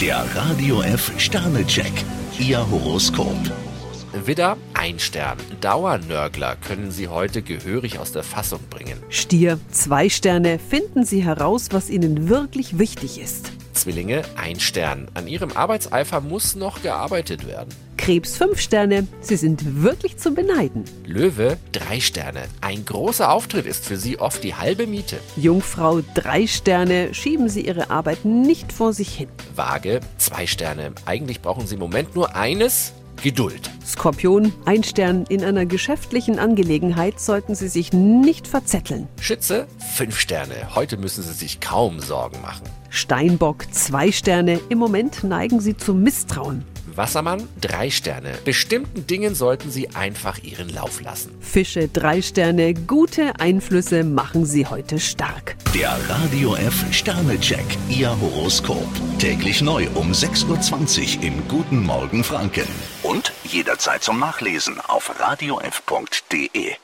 Der Radio F Sternecheck, Ihr Horoskop. Widder, ein Stern. Dauernörgler können Sie heute gehörig aus der Fassung bringen. Stier, zwei Sterne, finden Sie heraus, was Ihnen wirklich wichtig ist. Zwillinge, ein Stern. An Ihrem Arbeitseifer muss noch gearbeitet werden. Krebs, fünf Sterne, Sie sind wirklich zu beneiden. Löwe, drei Sterne. Ein großer Auftritt ist für Sie oft die halbe Miete. Jungfrau, drei Sterne, schieben Sie Ihre Arbeit nicht vor sich hin. Waage, zwei Sterne. Eigentlich brauchen Sie im Moment nur eines, Geduld. Skorpion, ein Stern, in einer geschäftlichen Angelegenheit sollten Sie sich nicht verzetteln. Schütze, fünf Sterne. Heute müssen Sie sich kaum Sorgen machen. Steinbock, zwei Sterne, im Moment neigen Sie zu Misstrauen. Wassermann, drei Sterne. Bestimmten Dingen sollten Sie einfach ihren Lauf lassen. Fische, drei Sterne, gute Einflüsse machen Sie heute stark. Der Radio F Sternecheck, Ihr Horoskop. Täglich neu um 6.20 Uhr im Guten Morgen Franken. Und jederzeit zum Nachlesen auf radiof.de.